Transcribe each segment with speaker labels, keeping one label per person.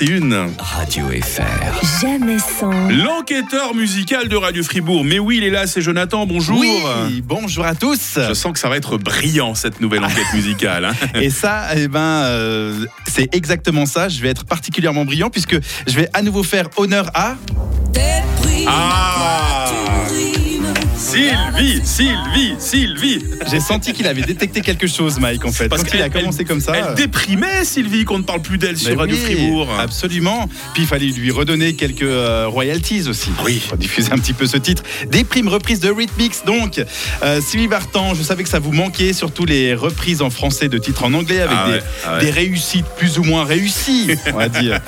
Speaker 1: 21.
Speaker 2: Radio FR.
Speaker 3: Jamais sans.
Speaker 1: L'enquêteur musical de Radio Fribourg. Mais oui, il est là, c'est Jonathan, bonjour.
Speaker 4: Oui, bonjour à tous.
Speaker 1: Je sens que ça va être brillant cette nouvelle enquête musicale. hein.
Speaker 4: Et ça, eh ben, euh, c'est exactement ça. Je vais être particulièrement brillant puisque je vais à nouveau faire honneur à.
Speaker 1: Ah Sylvie, Sylvie, Sylvie
Speaker 4: J'ai senti qu'il avait détecté quelque chose, Mike, en fait.
Speaker 1: Parce
Speaker 4: Quand il a
Speaker 1: qu'elle-
Speaker 4: commencé comme ça. euh,
Speaker 1: Elle déprimait Sylvie qu'on ne parle plus d'elle sur
Speaker 4: bah
Speaker 1: Radio
Speaker 4: oui,
Speaker 1: Fribourg.
Speaker 4: Absolument. Puis il fallait lui redonner quelques euh, royalties aussi.
Speaker 1: Oui.
Speaker 4: Faut diffuser un petit peu ce titre. Des primes reprises de Rhythmix. Donc, euh, Sylvie Vartan, je savais que ça vous manquait, surtout les reprises en français de titres en anglais avec
Speaker 1: Ah
Speaker 4: des,
Speaker 1: ouais, ah ouais.
Speaker 4: des réussites plus ou moins réussies, on va dire.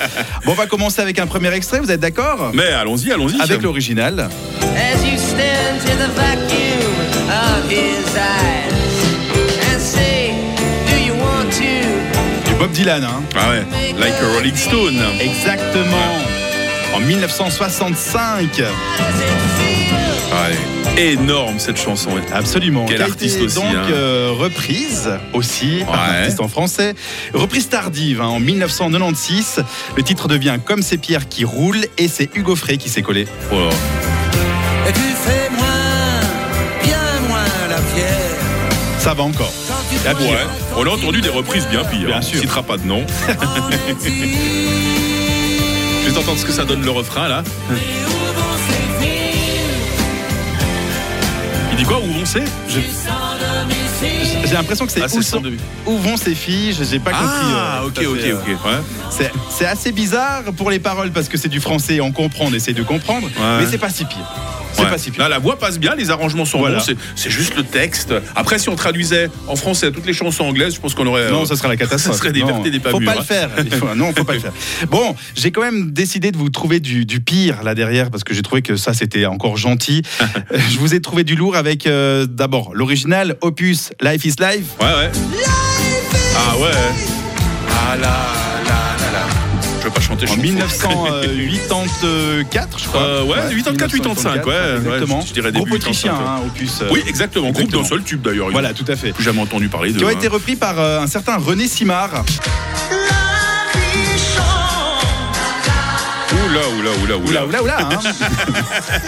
Speaker 4: Bon, on va commencer avec un premier extrait, vous êtes d'accord
Speaker 1: Mais allons-y, allons-y.
Speaker 4: Avec l'original.
Speaker 5: as you stand to the vacuum of his eyes and say, Do you want to?
Speaker 4: Du Bob Dylan, hein.
Speaker 1: Ah ouais, like a Rolling Stone.
Speaker 4: Exactement. En 1965.
Speaker 5: How does it feel?
Speaker 1: Ah ouais, Énorme cette chanson.
Speaker 4: Absolument.
Speaker 1: Quel
Speaker 4: Qui a
Speaker 1: artiste
Speaker 4: été
Speaker 1: aussi,
Speaker 4: Donc
Speaker 1: hein.
Speaker 4: euh, reprise aussi par un
Speaker 1: Ouais.
Speaker 4: artiste en français. Reprise tardive hein, en 1996. Le titre devient Comme ces pierres qui roulent et c'est Hugo Frey qui s'est collé.
Speaker 1: Oh là là.
Speaker 6: Et tu fais moins, bien moins la fière.
Speaker 4: Ça va encore.
Speaker 6: Quand tu
Speaker 4: La
Speaker 6: prends
Speaker 4: pire.
Speaker 1: Ouais, on a entendu des reprises bien pires.
Speaker 4: Ah, euh, Bien
Speaker 1: hein.
Speaker 4: sûr.
Speaker 1: On citera pas de nom.
Speaker 6: en intime.
Speaker 1: Je vais entendre ce que ça donne le refrain là.
Speaker 6: Et où vont ces villes
Speaker 1: Il dit quoi Où on sait Je-
Speaker 6: sans domicile
Speaker 4: J'ai l'impression que c'est
Speaker 1: Ah, c'est
Speaker 4: où,
Speaker 1: sans
Speaker 4: sont-
Speaker 1: demi.
Speaker 4: où vont ces filles Je n'ai pas
Speaker 1: Ah, ok,
Speaker 4: compris. euh, tout à
Speaker 1: ok,
Speaker 4: fait, euh,
Speaker 1: ok. Ouais.
Speaker 4: C'est- C'est assez bizarre pour les paroles parce que c'est du français, on comprend, on essaie de comprendre,
Speaker 1: Ouais.
Speaker 4: mais c'est pas si pire. C'est
Speaker 1: Ouais.
Speaker 4: pas si pire.
Speaker 1: Là, la voix passe bien, les arrangements sont
Speaker 4: Voilà.
Speaker 1: bons, c'est- c'est juste le texte. Après, si on traduisait en français toutes les chansons anglaises, je pense qu'on aurait. euh,
Speaker 4: Non, ça serait la catastrophe.
Speaker 1: ça serait des
Speaker 4: Non,
Speaker 1: vertés, des pas
Speaker 4: Faut
Speaker 1: mûrs, hein.
Speaker 4: pas le faire. Il faut- non, faut pas le faire. Bon, j'ai quand même décidé de vous trouver du, du pire là derrière parce que j'ai trouvé que ça c'était encore gentil. Euh, Je vous ai trouvé du lourd avec euh, d'abord l'original opus Life is Life.
Speaker 1: Ouais, ouais. Ah ouais. Ah là, là, là, là. Je veux pas chanter
Speaker 4: En
Speaker 1: chanson.
Speaker 4: 1984, euh, je crois.
Speaker 1: Euh, ouais, 84, 85, ouais, ouais,
Speaker 4: Exactement.
Speaker 1: je dirais début
Speaker 4: Groupe autrichien,
Speaker 1: 85,
Speaker 4: hein, opus. euh,
Speaker 1: Oui, exactement. Groupe
Speaker 4: Exactement.
Speaker 1: d'un seul tube d'ailleurs.
Speaker 4: Voilà, tout à fait.
Speaker 1: Plus jamais entendu parler de. hein.
Speaker 4: Qui ont été repris par euh, un certain René Simard.
Speaker 1: Oula, oula, oula, oula. hein.
Speaker 4: Oula, oula, oula hein.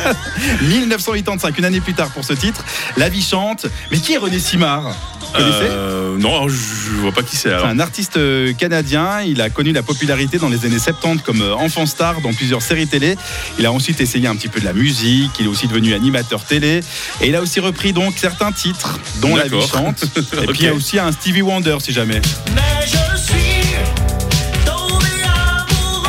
Speaker 4: 1985, une année plus tard pour ce titre. La vie chante. Mais qui est René Simard Vous connaissez
Speaker 1: Euh, non, je je vois pas qui c'est.
Speaker 4: C'est
Speaker 1: alors.
Speaker 4: un artiste euh, canadien, il a connu la popularité dans les années 70 comme euh, enfant star dans plusieurs séries télé. Il a ensuite essayé un petit peu de la musique, il est aussi devenu animateur télé et il a aussi repris donc certains titres dont La vie
Speaker 1: D'accord.
Speaker 4: chante et puis il y a
Speaker 1: Ok.
Speaker 4: aussi un Stevie Wonder si jamais.
Speaker 6: Mais je suis tombé amoureux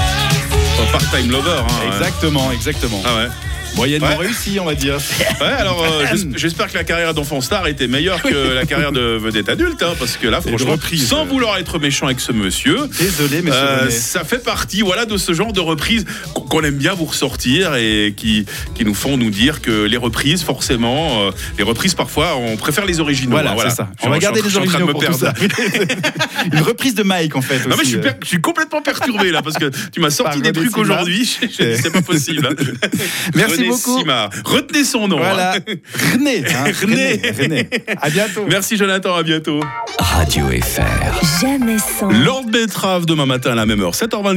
Speaker 6: fou.
Speaker 1: Un Part-time lover. hein, ouais.
Speaker 4: Exactement, exactement.
Speaker 1: Ah ouais.
Speaker 4: Moyennement
Speaker 1: Ouais.
Speaker 4: réussi, on va dire.
Speaker 1: Ouais, alors euh, j'es- j'espère que la carrière d'enfant star était meilleure que la carrière de vedette adulte, hein, parce que là,
Speaker 4: une
Speaker 1: franchement,
Speaker 4: reprise.
Speaker 1: sans vouloir être méchant avec ce monsieur,
Speaker 4: Désolé mais
Speaker 1: euh, ça fait partie voilà, de ce genre de reprises qu'on- qu'on aime bien vous ressortir et qui, qui nous font nous dire que les reprises, forcément, euh, les reprises parfois, on préfère les originaux.
Speaker 4: Voilà,
Speaker 1: hein,
Speaker 4: c'est ça.
Speaker 1: Je-
Speaker 4: On va
Speaker 1: je-
Speaker 4: garder
Speaker 1: je-
Speaker 4: les
Speaker 1: je suis en train de
Speaker 4: originaux
Speaker 1: me
Speaker 4: pour tout
Speaker 1: perdre.
Speaker 4: ça. Une reprise de Mike en fait.
Speaker 1: Non mais je
Speaker 4: aussi,
Speaker 1: suis,
Speaker 4: euh.
Speaker 1: per- je suis complètement perturbé là parce que tu m'as sorti
Speaker 4: Par
Speaker 1: des
Speaker 4: René
Speaker 1: trucs
Speaker 4: Simard.
Speaker 1: aujourd'hui, je- je- c'est pas possible. hein.
Speaker 4: Merci
Speaker 1: René
Speaker 4: beaucoup.
Speaker 1: Simard. Retenez son nom.
Speaker 4: Voilà.
Speaker 1: hein.
Speaker 4: René, hein,
Speaker 1: René.
Speaker 4: René. À bientôt.
Speaker 1: Merci Jonathan, à bientôt.
Speaker 2: Radio FR.
Speaker 3: Jamais sans.
Speaker 1: Lord Betrave demain matin à la même heure, 7h20.